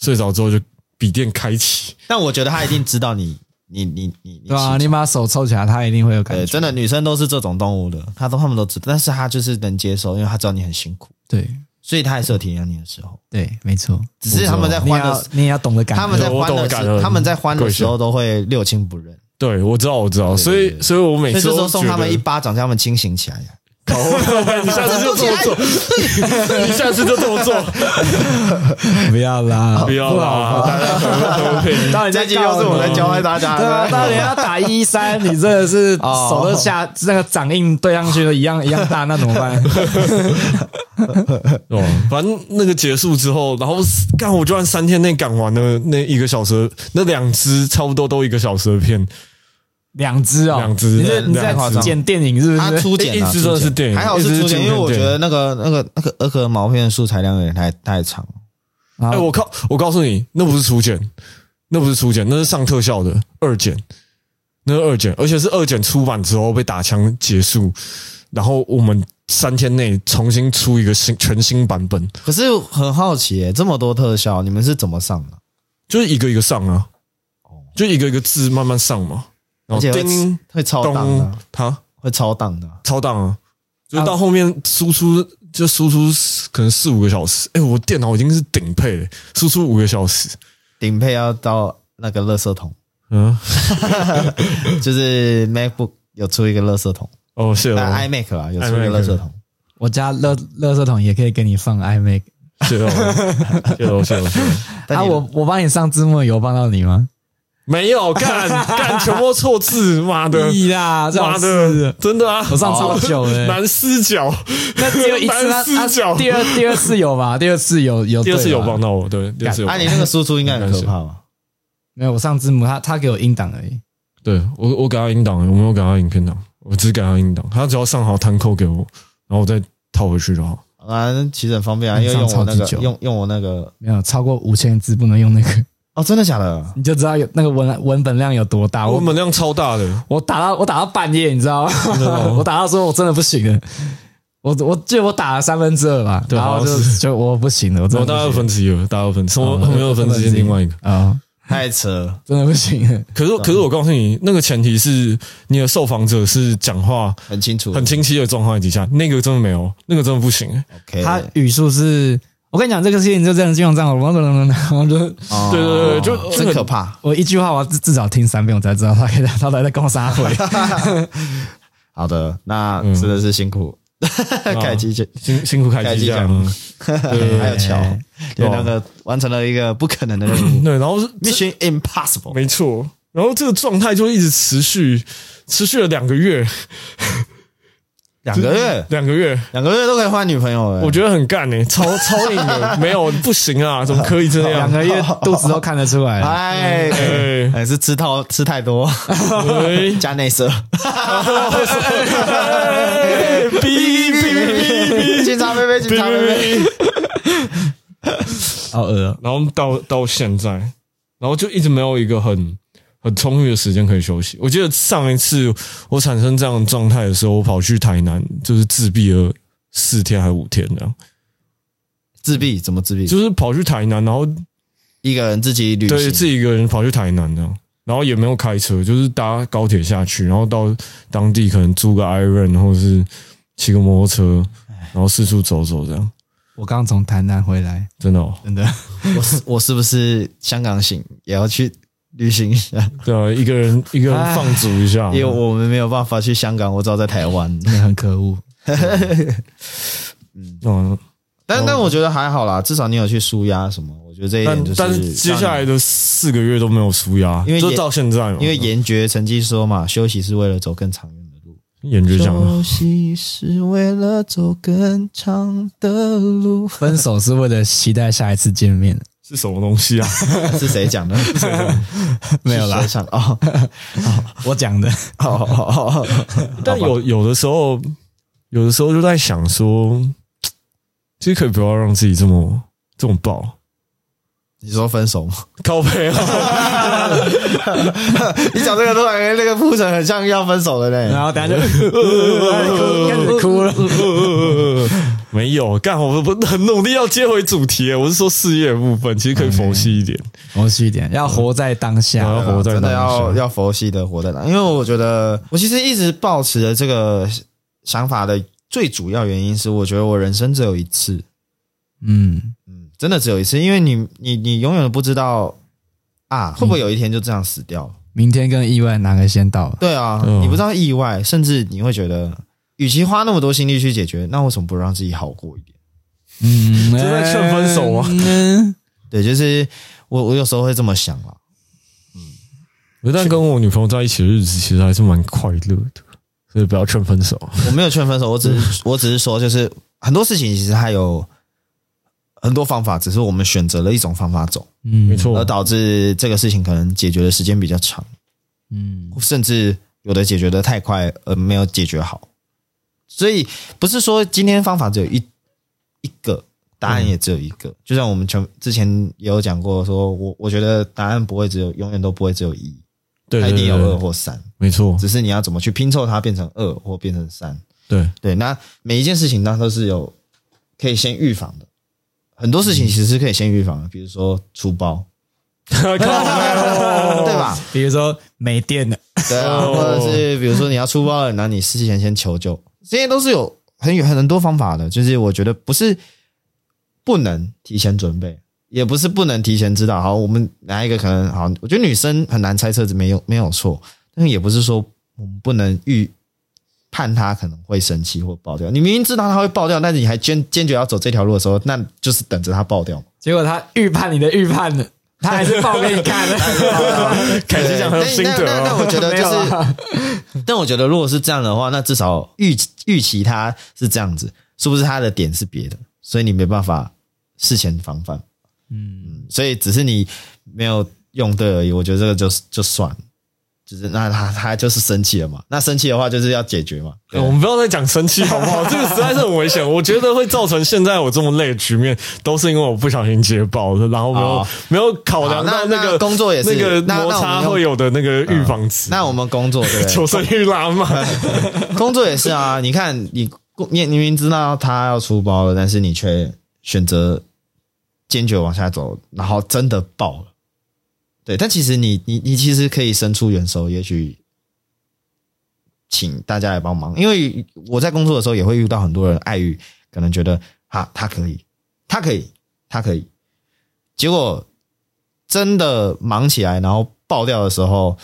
睡着之后就笔电开启，但我觉得她一定知道你， 你你你你对啊，起你把手抽起来，他一定会有感对，觉。真的女生都是这种动物的，她都她们都知道，但是她就是能接受，因为她知道你很辛苦，对所以她还是有体谅你的时候。对，没错。只是他们在你也欢的要时，你也要懂得感他恩。们在我欢懂的嗯感时，恩他们在欢的跪时下候都会六亲不认，对我知道我知道，所对以对所以我每所以次这时都候送他们一觉得巴掌，叫他们清醒起来 呀。靠， 你下次就这么做，你下次就这么 做，不要 啦，不要啦，大家都配合到这底在集又是我在教坏大家对啊，的，到底要打一三，你真的 是哦手都下那个掌印对上去都一样一 样大，那怎么办？哦，反正那个结束之后，然后干我就按三天内赶完了那一个小时的，那两支差不多都一个小时的片，两只哦，两只你是你在两只剪电影是 不他是？初剪啊一直都初剪是电影还好是初一直是纪剪，录因为我觉片得那个那个那个儿科毛片的素材量有点太太长。哎哎、我靠！我告诉你，那不是初剪，那不是初剪，那是上特效的二剪，那是二剪，而且是二剪出版之后被打枪结束，然后我们三天内重新出一个新全新版本，可是很好奇耶，这么多特效，你们是怎么上的？就是一个一个上啊，就一个一个字慢慢上嘛，然而后且会叮会超档的咚，，它会超档的。超档啊，就是到后面输出就输出可能四五个小时，哎、我电脑已经是顶配了，输出五个小时，顶配要到那个垃圾 桶，嗯，就是 MacBook 有出一个垃圾桶，哦，谢了但。iMac 啦有出一个垃圾桶。我家乐乐色桶也可以给你放 iMac，谢喽，谢喽，谢喽，谢喽。但啊，你我我帮你上字幕有帮到你吗？没有干干全部错字，妈的，屁啦，这种妈事的，真的啊！我上超久了欸男视角，那 只有一次，男他视角他第二第二次有吧？第二次有有第二次对有吧帮到我，对，第二次有啊，帮到你那个输出应该很可怕啊吧？没有？我上字幕，他他给我音档而已。对我我给他音档，我没有给他影片档，我只给他音档，他只要上好弹扣给我，然后我再套回去就好。啊，那其实很方便啊，嗯因为用我那上超个级久用用我那个没有超过五千字不能用那个， 哦，真的假的？你就知道有那个文文本量有多大。我我们量超大的，我打到我打到半夜，你知道吗？ 我打到说我真的不行了，我我记得我打了三分之二吧，对然后好就像是就我不行了，我真然后的不大概行二分之一了，大概二分之，我嗯没有二分之一，另外一个。啊、哦太扯了！ 真的不行了。可是可是我告诉你，那个前提是你的受访者是讲话很清楚，很清晰的状况底下，那个真的没有，那个真的不行。欸 OK。他语速是，我跟你讲这个事情就这样就用这样，然后 然后就哦对对对就真可怕。我一句话我要至至少听三遍，我才知道他他到底在跟我撒回。好的，那嗯真的是辛 苦，凯基姐辛辛苦凯基凯奖基， 对还有乔，你们两个完成了一个不可能的任 务对，然后是，Mission Impossible。没错，然后这个状态就一直持续，持续了两个月，两个月，两个月，两个月都可以换女朋友了、我觉得很干诶， 超超硬的，没有不 行啊，怎么可以这两样？个月肚子都看得出来了。哎，哎哎，是吃套吃太多， 喂加内射， 哎哔哔哔，警察贝贝，警察贝贝，好饿哦，然后到到现在，然后就一直没有一个很很充裕的时间可以休息。我记得上一次我产生这样的状态的时候，我跑去台南，就是自闭了四天还五天这样，自闭怎么自闭？就是跑去台南，然后一个人自己旅对行，自己一个人跑去台南这样。然后也没有开车，就是搭高铁下去，然后到当地可能租个 Iron，或者是骑个摩托车，然后四处走走这样。我刚从台南回来，真的、哦，真的。我是我是不是香港行也要去旅行一下？对啊，一个人一个人放逐一下，因为我们没有办法去香港，我只好在台 湾。真的很可恶。嗯，但但我觉得还好啦，至少你有去舒压什么，我觉得这一点但就是。但是接下来的四个月都没有输压，因为就也到现在嘛，因为严爵曾经说嘛，休息是为了走更长远的路。严爵讲的，休息是为了走更长的路，分手是为了期待下一次见面，是什么东西 啊？是谁讲的？没有啦是谁讲的哦我讲的。哦哦哦哦，但有有的时候，有的时候就在想说，其实可以不要让自己这么这么爆。你说分手吗？靠背 啊，你讲这个突然那个铺陈很像要分手的嘞。 然后等下就开始哭了。 没有干，我不很努力要接回主题耶，我是说事业的部分，其实可以佛系一点，我去一点，要活在当然下。后活在真当的要下。要佛系的活在哪？因为我觉得我其实一直保持着这个想法的最主要原因是，我觉得我人生只有一次，嗯，嗯，真的只有一次，因为你你你永远不知道啊，会不会有一天就这样死掉？明天跟意外哪个先到？对啊，嗯你不知道意外，甚至你会觉得，与其花那么多心力去解决，那为什么不让自己好过一点？嗯，这在劝分手吗嗯对，就是我我有时候会这么想啊啦。嗯但跟我女朋友在一起的日子，其实还是蛮快乐的，所以不要劝分手。我没有劝分手，我 只是我只是说，就是很多事情其实还有很多方法，只是我们选择了一种方法走，嗯，没，错而，导致这个事情可能解决的时间比较长，嗯，甚至有的解决的太快，而没有解决好。所以不是说今天方法只有一一个，答案也只有一个。就像我们全之前也有讲过说我我觉得答案不会只有永远都不会只有一，对它对一定有二对，或三，没错，只是你要怎么去拼凑它变成二或变成三。 对。对，那每一件事情它都是有可以先预防的，很多嗯事情其实是可以先预防的，比如说出包， 对吧？比如说没电了， 对啊，哦或者是比如说你要出包了，那你事前先求救，这些都是有很有很多方法的。就是我觉得不是不能提前准备，也不是不能提前知道。好，我们拿一个可能好，我觉得女生很难猜测，没有没有错，但也不是说我们不能预判她可能会生气或爆掉。你明明知道她会爆掉，但是你还坚坚决要走这条路的时候，那就是等着她爆 掉嘛。结果他预判你的预判 了，他还是报给你 看的。凯西讲很有心得那那那啊，我觉得就 没有啦是，但我觉得如果是这样的话，那至少预预期他是这样子，是不是他的点是别的，所以你没办法事前防范。嗯，所以只是你没有用对而已。我觉得这个就是就算了，就是那他他就是生气了嘛。那生气的话就是要解决嘛。对我们不要再讲生气好不好？这个实在是很危险，我觉得会造成现在我这么累的局面，都是因为我不小心捷报的，然后没有、哦没有考好量到那那个工作也是那个那那我摩们擦用嗯会有的那个预防值，那我们呃工作对不对求生欲拉 满，工作也是啊，你看你你你明知道他要出包了，但是你却选择坚决往下走，然后真的爆了。对，但其实你你你其实可以伸出援手，也许请大家来帮忙，因为我在工作的时候也会遇到很多人碍于可能觉得啊他可以，他可以，他可以，结果真的忙起来，然后爆掉的时候，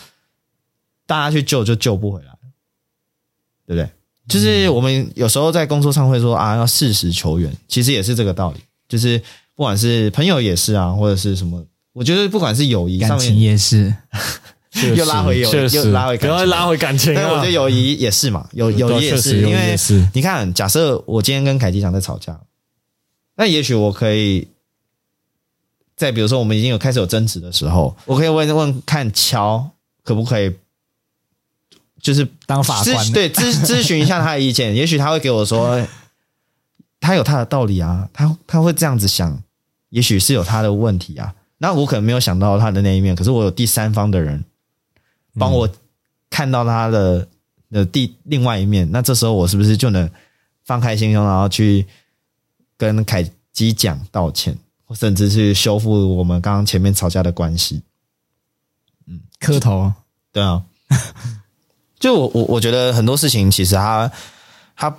大家去救就救不回来。对不对？就是我们有时候在工作上会说啊，要适时求援，其实也是这个道理。就是不管是朋友也是啊，或者是什么，我觉得不管是友谊上感情面，也是，确又拉回实友确又实拉回不感情要再拉回感情对，啊！我觉得友谊也是嘛，友对啊友谊也确实是，友谊因也为是你看，假设我今天跟凯基讲在吵架，那也许我可以在比如说我们已经有开始有争执的时候，我可以问问看乔可不可以，就是当法官咨对咨咨询一下他的意见，也许他会给我说，他有他的道理啊，他他会这样子想，也许是有他的问题啊。那我可能没有想到他的那一面，可是我有第三方的人帮我看到他的的第另外一面，那这时候我是不是就能放开心胸，然后去跟凯基讲道歉，甚至是修复我们刚刚前面吵架的关系？磕头，对啊， 就我我我觉得很多事情其实它它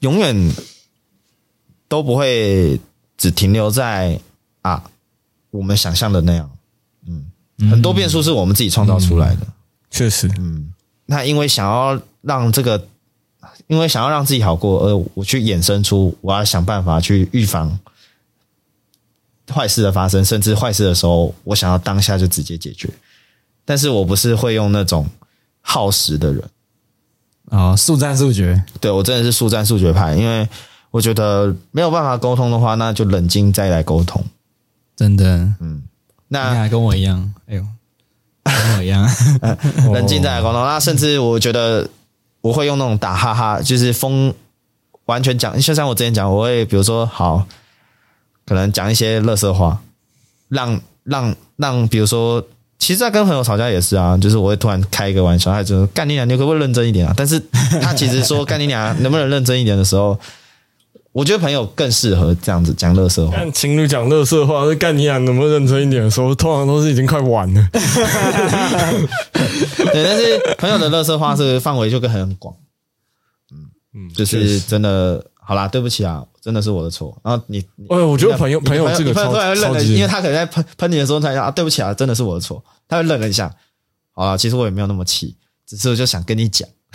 永远都不会只停留在啊我们想象的那样，嗯，很多变数是我们自己创造出来的。确实，嗯那因为想要让这个，因为想要让自己好过，而我去衍生出我要想办法去预防坏事的发生，甚至坏事的时候，我想要当下就直接解决。但是我不是会用那种耗时的人，哦，速战速决，对我真的是速战速决派，因为我觉得没有办法沟通的话，那就冷静再来沟通。真的，嗯那你看跟我一样，哎呦，跟我一 样，冷静再来沟通。那甚至我觉得我会用那种打哈哈，就是疯完全讲，就像我之前讲，我会比如说好，可能讲一些乐色话，让让让，比如说，其实，在跟朋友吵架也是啊，就是我会突然开一个玩笑，他就说干你娘，你可不可以认真一点啊？但是他其实说干你娘，能不能认真一点的时候。我觉得朋友更适合这样子讲乐色话，看情侣讲乐色话，干你俩能不能认真一点的时候，通常都是已经快晚了。对，但是朋友的乐色话是范围就跟很广，嗯，就是真的，好啦，对不起啊，真的是我的错。然后你，你哎，我觉得朋友你朋友这个你朋友超突然会愣超了，级因为他可能在喷喷你的时候，他讲啊，对不起啊，真的是我的错，他会愣了一下。好了，其实我也没有那么气，只是我就想跟你讲。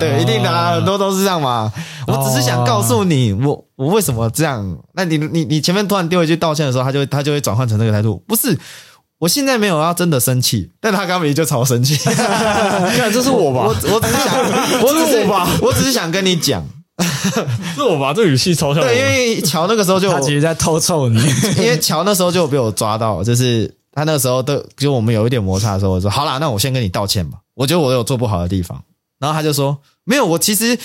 对，一定的、啊，很多都是这样嘛。我只是想告诉你，哦我我为什么这样。那你你你前面突然丢一句道歉的时候，他就会他就会转换成这个态度，不是。我现在没有要真的生气，但他刚明就超生气。看这是 我我吧，我只是想， 我只这是我吧是我只是想跟你讲，是我吧，这语气超像我对，因为乔那个时候就 他其实在偷臭你，因为乔那时候就有被我抓到，就是他那个时候都就我们有一点摩擦的时候，我说好啦，那我先跟你道歉吧，我觉得我有做不好的地方。然后他就说没有，我其实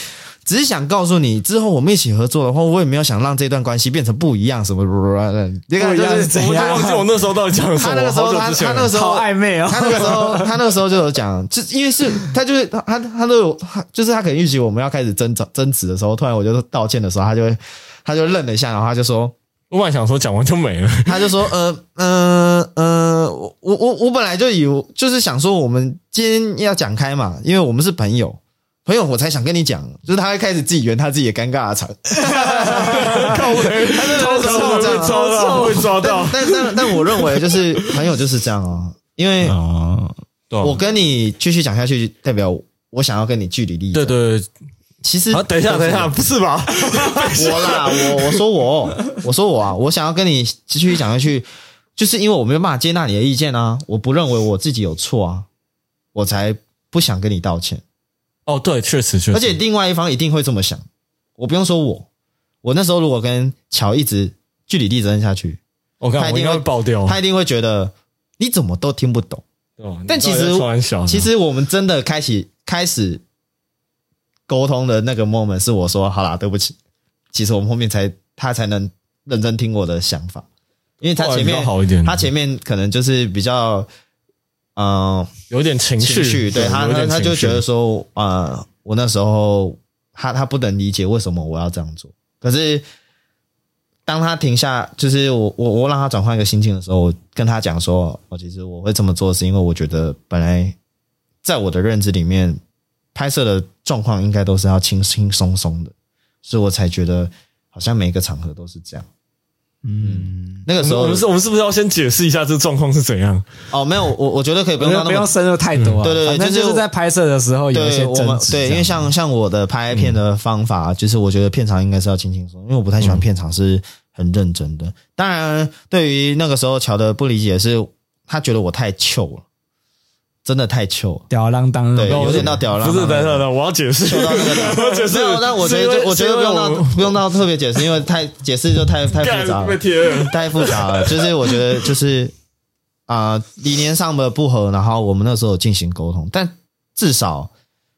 只是想告诉你，之后我们一起合作的话，我也没有想让这段关系变成不一样什么什么什么。你看，不就一样是是怎我样都忘记我那时候到底讲了什么。他那个时候，好久他之前他那个时候好暧昧哦他那个时候，他那个时候就有讲，就因为是他就是他他他都有，他就是他可能预期我们要开始争吵争执的时候，突然我就道歉的时候，他就会他就愣了一下，然后他就说。我本来想说讲完就没了，他就说，呃， 呃，呃，我我我本来就以为就是想说，我们今天要讲开嘛，因为我们是朋友，朋友我才想跟你讲，就是他会开始自己圆他自己的尴尬的场，靠背，超是我超这被样啊抓 到，被抓但到。但但但我认为就是朋友就是这样啊，因为哦，对啊我跟你继续讲下去，代表我想要跟你据理力争对，对，对其实啊，等一下，等一下，不是吧？我啦，我我说我，我说我啊，我想要跟你继续讲下去，就是因为我没有办法接纳你的意见啊，我不认为我自己有错啊，我才不想跟你道歉。哦，对，确实确实，而且另外一方一定会这么想，我不用说我，我那时候如果跟乔一直据理力争下去，我他看一我定应该会会爆掉。他一定会觉得你怎么都听不懂。对吧但你到其底实在开玩笑的，其实我们真的开始开始沟通的那个 moment 是我说好啦，对不起，其实我们后面才他才能认真听我的想法，因为他前后来面比较好一点他前面可能就是比较嗯、呃有点情情绪，对他有他点他情就绪觉得说呃，我那时候他他不能理解为什么我要这样做，可是。当他停下，就是我我我让他转换一个心境的时候，我跟他讲说，我其实我会这么做，是因为我觉得本来在我的认知里面，拍摄的状况应该都是要轻轻松松的，所以我才觉得好像每个场合都是这样。嗯，那个时我候们是，我们是不是要先解释一下这状况是怎样？哦，没有，我我觉得可以不不用到那用不么嗯用深入太多啊，对对对反正就是就是在拍摄的时候有一对些我争们执，啊对，因为像像我的拍片嗯的方法，就是我觉得片场应该是要轻轻松，因为我不太喜欢片场是很认真的。当然，对于那个时候乔的不理解是，他觉得我太糗了。真的太 糗，吊儿郎当，对，然后有点到屌了。不是，等等到等，我要解释，那个我要解释没有，但我觉是因得为我觉得是因不为用到我不用到特别解释，因为太解释就太太复杂 干被了，贴了。 太复杂了。就是我觉得啊就是啊、理念上的不合，然后我们那时候有进行沟通，但至少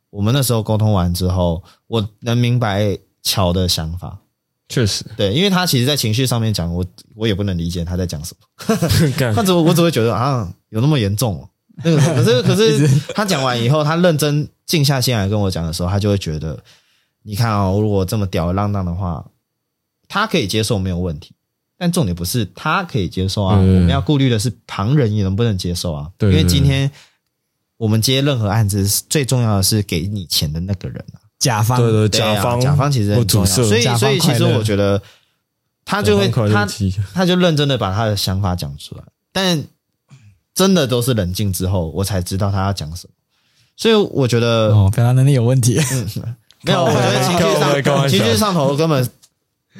我们那时候沟通完之后，我能明白乔的想法。确实，对，因为他其实，在情绪上面讲，我我也不能理解他在讲什么。 干 那只我只会觉得啊，有那么严重、哦？那个可 是可是他讲完以后，他认真静下心来跟我讲的时候，他就会觉得，你看哦，如果这么吊儿郎当的话，他可以接受没有问题。但重点不是他可以接受啊，嗯我们要顾虑的是旁人也能不能接受啊。对因为今天我们接任何案子，最重要的是给你钱的那个人啊。甲方，对对，对啊甲方甲方其实或很重主要，社，所以甲方所以其快实乐我觉得他就会甲方快乐他体他就认真的把他的想法讲出来，但真的都是冷静之后，我才知道他要讲什么。所以我觉得、哦，表达能力有问题，没有，我觉得情绪靠上背靠背情绪上头根本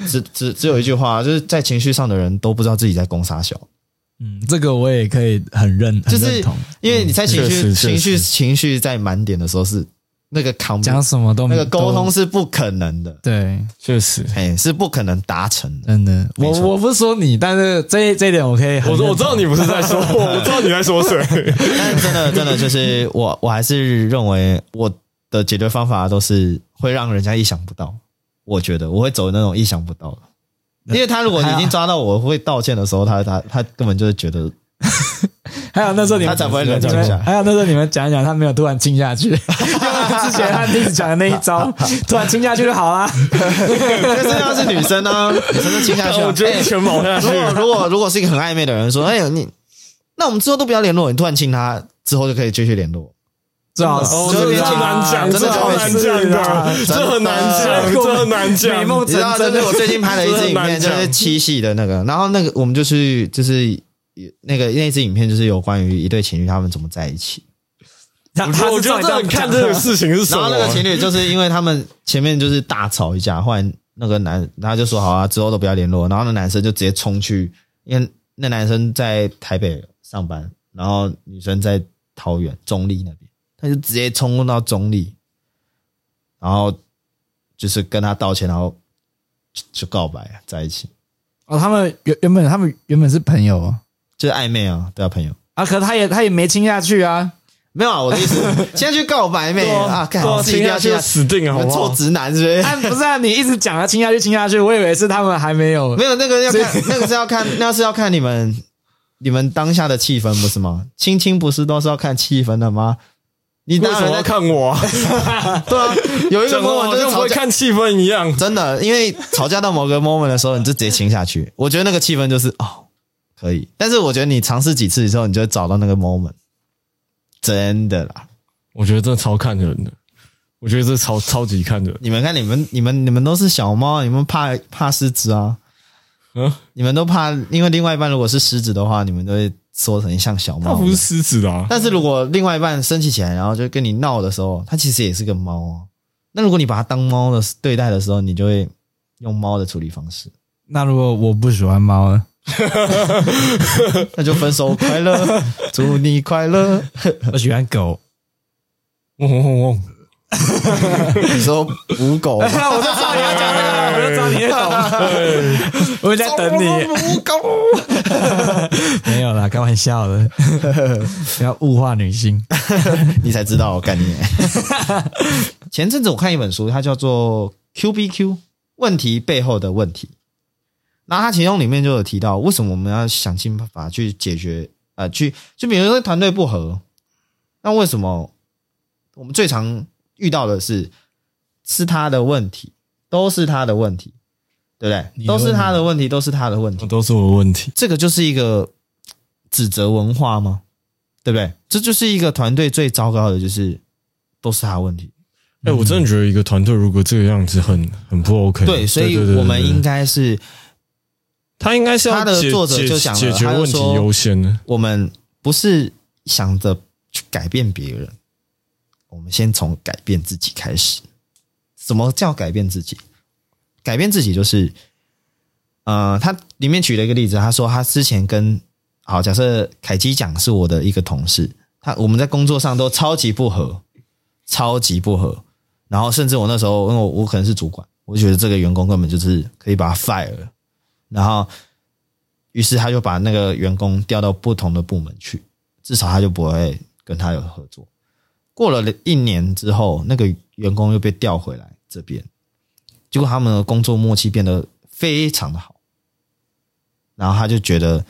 只只只有一句话，就是在情绪上的人都不知道自己在攻啥小，嗯，这个我也可以很认，就很是认同，因为你在情绪、确实情绪确实情绪在满点的时候是那个扛不讲什么都那个沟通都是不可能的，对，确实，哎、是不可能达成的。真的，我没错我不是说你，但是这这一点我可以很我认同，我知道你不是在说我，我知道你在说谁。但真的，真的就是我， 我还是认为我的解决方法都是会让人家意想不到。我觉得我会走那种意想不到的，因为他如果已经抓到我会道歉的时候，他他他根本就是觉得还有那时候你们他才不会冷静你们下来还有那时候你们讲一讲，他没有突然亲下去， 用之前他一直讲的那 一招，突然亲下去就好啦。可是要是女生呢，女生就亲下去了。 我觉得一拳卯下去哎，如果如果如果是一个很暧昧的人说，哎呦你，那我们之后都不要联络，你突然亲他之后就可以继续联络。最好哦是啊这这边超难讲，啊真的这超难真讲的，这很难 讲，这很难讲。美 梦啊你知道，真啊就真的是我最近拍了一 支影片，就真的是蛮强七系的那个，然后那个我们就去就是那个那支影片就是有关于一对情侣他们怎么在一 起，他我觉得我觉得这很看这个事情是什然么后那个情啊。侣就是因为他们前面就是大吵一架，后来那个男他就说好啊，之后都不要联络，然后那男生就直接冲去，因为那男生在台北上班，然后女生在桃园中立那边，他就直接冲到中立，然后就是跟他道歉，然后就就告白在一起。 哦，他们原原本他们原本是朋友哦就是暧昧啊，对啊，朋友。啊，可他也他也没亲下去啊，没有啊，我的意 思，现在去告白妹啊，看对啊自己一定要亲去下去死定你了们好不好哎臭直男是不 是？啊不是啊，你一直讲啊，亲下去亲下去，我以为是他们还没有没有那个要所看，那个是要看，那是要看你们你们当下的气氛不是吗？亲亲不是都是要看气氛的吗？你为当什然么要在看我啊？对啊，有一个讲的 moment 好就像是不吵会架，看气氛一样。真的，因为吵架到某个 moment 的时候，你就直接亲下去。我觉得那个气氛就是哦，可以。但是我觉得你尝试几次之后，你就会找到那个 moment，真的啦。我觉得这超看人的，我觉得这超超级看人。你们看，你们你们你们都是小猫，你们怕怕狮子啊？嗯，你们都怕，因为另外一半如果是狮子的话，你们都会缩成像小他猫不。是狮子啊，但是如果另外一半生气起来，然后就跟你闹的时候，它其实也是个猫啊。那如果你把它当猫的对待的时候，你就会用猫的处理方式，那如果我不喜欢猫呢？那就分手快乐，祝你快乐。我喜欢狗，嗡嗡嗡嗡。你说母 狗吗？啊我就知道你要讲这个，我就知道你会懂，我们在 等你。母狗。没有啦，开玩笑 的，不要物化女性。你才知道我概念。前阵子我看一本书，它叫做《QBQ 问题背后的问题》，然后它其中里面就有提到，为什么我们要想尽办法去解决，呃，去就比如说团队不合，那为什么我们最常遇到的是是他的问题，都是他的问题，对不你对？都的问题是他的问题，都是他的问题。嗯都是我的问题。这个就是一个指责文化吗？对不对？这就是一个团队最糟糕的，就是都是他的问题。哎、我真的觉得一个团队如果这个样子很很不 OK，对，所以对对对我们对应该是他应该是要他的解作者就讲了解解决他就问题说优先的，我们不是想着去改变别人，我们先从改变自己开始。什么叫改变自己？改变自己就是，呃，他里面举了一个例子，他说他之前跟好，假设凯基讲是我的一个同事，他我们在工作上都超级不合，超级不合。然后甚至我那时候，因为我我可能是主管，我就觉得这个员工根本就是可以把他 fire 了。然后，于是他就把那个员工调到不同的部门去，至少他就不会跟他有合作。过了一年之后，那个员工又被调回来这边，结果他们的工作默契变得非常的好。然后他就觉得，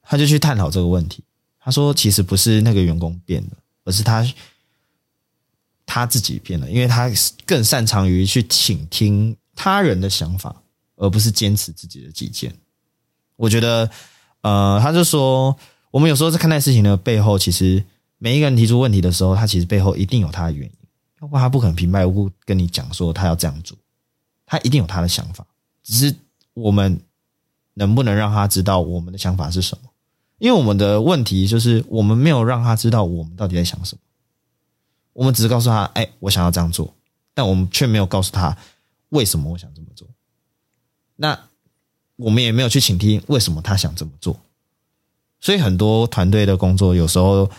他就去探讨这个问题。他说，其实不是那个员工变了，而是他他自己变了，因为他更擅长于去倾听他人的想法，而不是坚持自己的己见。我觉得，呃，他就说，我们有时候在看待事情的背后，其实每一个人提出问题的时候，他其实背后一定有他的原因，要不然他不可能平白无故跟你讲说他要这样做，他一定有他的想法，只是我们能不能让他知道我们的想法是什么？因为我们的问题就是我们没有让他知道我们到底在想什么，我们只是告诉他，哎、我想要这样做，但我们却没有告诉他为什么我想这么做。那我们也没有去倾听为什么他想这么做，所以很多团队的工作有时候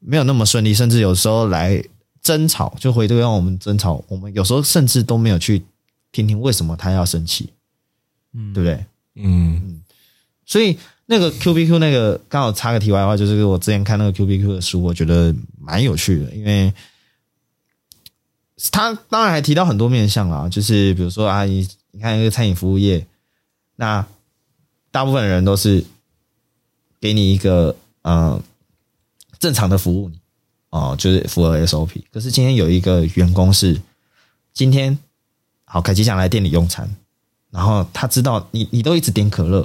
没有那么顺利，甚至有时候来争吵，就回归到我们争吵，我们有时候甚至都没有去听听为什么他要生气，嗯，对不对？嗯，所以那个 Q B Q 那个刚好插个题外话，就是我之前看那个 Q B Q 的书，我觉得蛮有趣的，因为他当然还提到很多面向啦，就是比如说啊，你你看一个餐饮服务业，那大部分人都是给你一个呃正常的服务你哦、就是符合 SOP。可是今天有一个员工是今天好凯吉想来店里用餐，然后他知道你你都一直点可乐，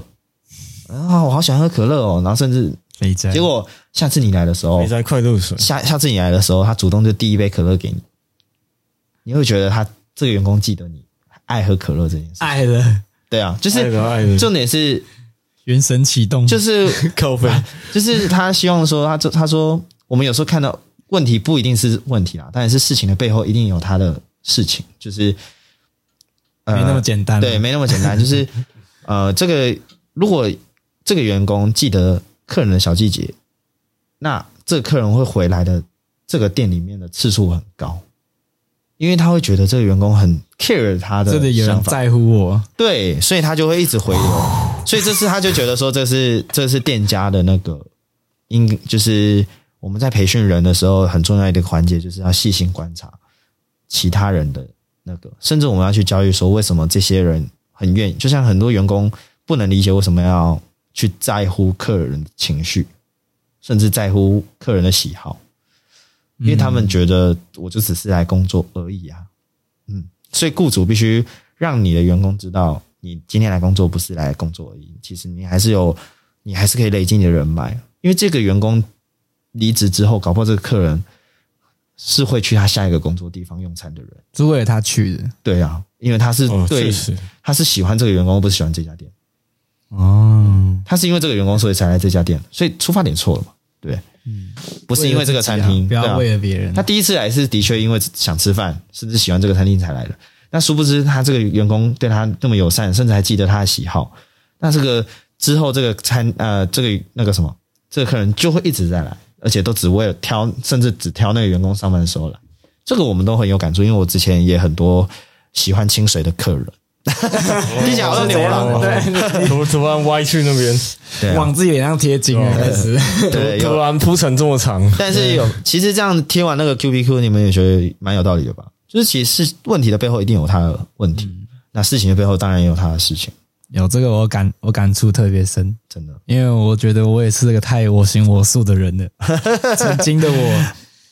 啊，我好想喝可乐哦，然后甚至肥宅，结果下次你来的时候肥，宅快乐水，下下次你来的时候，他主动就递一杯可乐给你，你会觉得他这个员工记得你爱喝可乐这件事。爱了，对啊，就爱是的爱的，重点是原神启动，就是是扣分， 就是他希望说，他就他说，我们有时候看到问题不一定是问题啦，但是事情的背后一定有他的事情，就是呃没那么简单啊了，对，没那么 简单。就是呃，这个如果这个员工记得客人的小细节，那这个客人会回来的这个店里面的次数很高，因为他会觉得这个员工很 care 他的这里有想人法，在乎我，对，所以他就会一直回流。所以这次他就觉得说，这是这是店家的那个应，就是我们在培训人的时候很重要的一个环节，就是要细心观察其他人的那个，甚至我们要去教育说，为什么这些人很愿意，就像很多员工不能理解为什么要去在乎客人的情绪，甚至在乎客人的喜好，因为他们觉得我就只是来工作而已啊，嗯，所以雇主必须让你的员工知道，你今天来工作不是来工作而已，其实你还是有，你还是可以累积你的人脉，因为这个员工离职之后，搞不好这个客人是会去他下一个工作地方用餐的人。是为了他去的对啊，因为他是哦，对、确实，他是喜欢这个员工，不是喜欢这家店。哦，他是因为这个员工，所以才来这家店，所以出发点错了嘛？对，嗯，不不是因为这个餐厅，不对要啊为了别人他，第一次来是的确因为想吃饭，甚至喜欢这个餐厅才来的。那殊不知他这个员工对他那么友善，甚至还记得他的喜好。那这个之后，这个餐呃，这个那个什么，这个客人就会一直在来，而且都只为了挑，甚至只挑那个员工上班的时候来。这个我们都很有感触，因为我之前也很多喜欢清水的客人， 你讲到牛郎哦突突然歪去那边，对啊往自己脸上贴金啊，开始对，突有然铺成这么长，但是有，其实这样贴完那个 Q B Q，你们也觉得蛮有道理的吧？就是其实问题的背后一定有它的问题，那事情的背后当然也有它的事情，有这个我感我感触特别深，真的因为我觉得我也是个太我行我素 的人了，曾经的我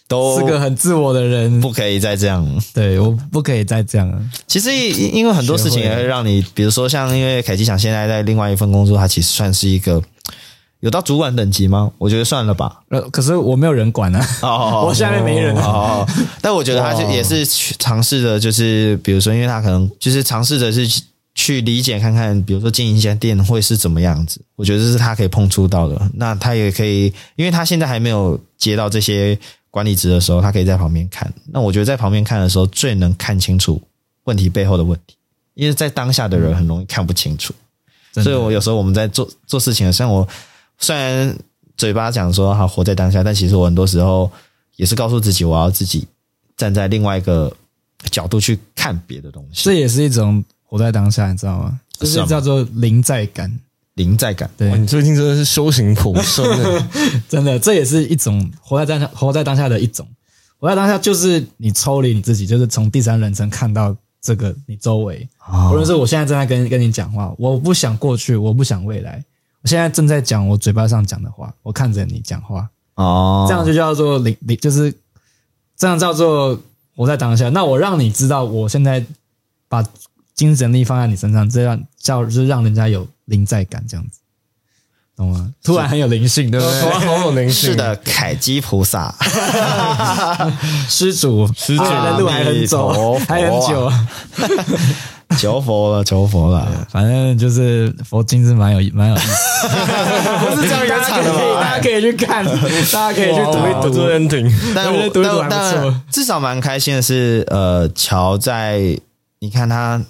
都是个很自我的人，不可以再这样。对，我不可以再这样了。其实因因为很多事情也会让你，比如说像因为凯基想现在在另外一份工作，它其实算是一个有到主管等级吗？我觉得算了吧。呃，可是我没有人管 啊，哦我下面没人啊，哦，但我觉得他就哇也是去尝试着，就是比如说，因为他可能就是尝试着是去去理解看看，比如说经营一家店会是怎么样子。我觉得这是他可以碰触到的。那他也可以，因为他现在还没有接到这些管理职的时候，他可以在旁边看。那我觉得在旁边看的时候，最能看清楚问题背后的问题，因为在当下的人很容易看不清楚。真所以的我有时候我们在做做事情的，像我虽然嘴巴讲说好活在当下，但其实我很多时候也是告诉自己，我要自己站在另外一个角度去看别的东西，这也是一种活在当下，你知道吗？这是是吗叫做临在感，临在感。对哇，你最近真的是修行颇深欸真的，这也是一种活在当下，活在当下的一种。活在当下就是你抽离你自己，就是从第三人称看到这个你周围。哦无论是我现在正在跟跟你讲话，我不想过去，我不想未来，我现在正在讲我嘴巴上讲的话，我看着你讲话，哦，这样就叫做领领，就是这样叫做活在当下。那我让你知道，我现在把精神力放在你身上，这样叫就是让人家有临在感，这样子，懂吗？突然很有灵性，对不突然对？好有灵性。是，的，凯基菩 萨，施主，啊施主的路还很阿弥陀走，佛 还很久。啊求佛了，求佛了，反正就是佛经是蛮有蛮有意思 的，不是这样原唱 的吗？大家可以去 看，大家可以去哇读一这读。边挺但我我觉得读一读但还不但错至少蛮开心的是，呃，乔在你看他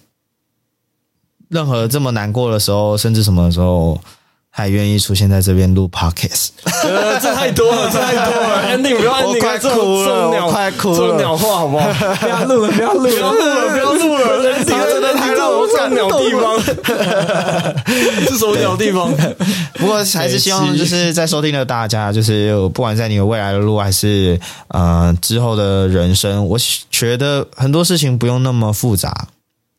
任何这么难过的时候，甚至什么的时候，还愿意出现在这边录 podcast，呃，这太多了，这太多了。ending 不要 ending，哦我快这种哭了这种鸟我快哭了这种鸟话好不好？不要录了，不要录不要录了。了，不要录了，ending 真的太让我感鸟动地 方，这什么鸟地方？不过还是希 望就是在收听的大家，就是不管在你未来的路还是呃之后的人生，我觉得很多事情不用那么复杂，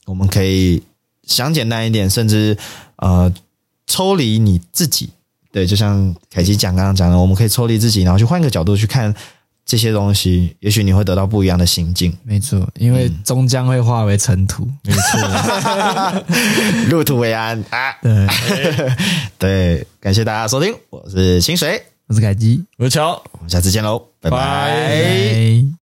我们可以想简单一点，甚至呃抽离你自己。对，就像凯奇讲刚刚讲的，我们可以抽离自己，然后去换个角度去看这些东西，也许你会得到不一样的心境。没错，因为终将会化为尘土。 没错， 入土为安啊！对，对， 感谢大家收听，我是清水，我是凯基，我是乔。我们下次见喽，拜拜拜拜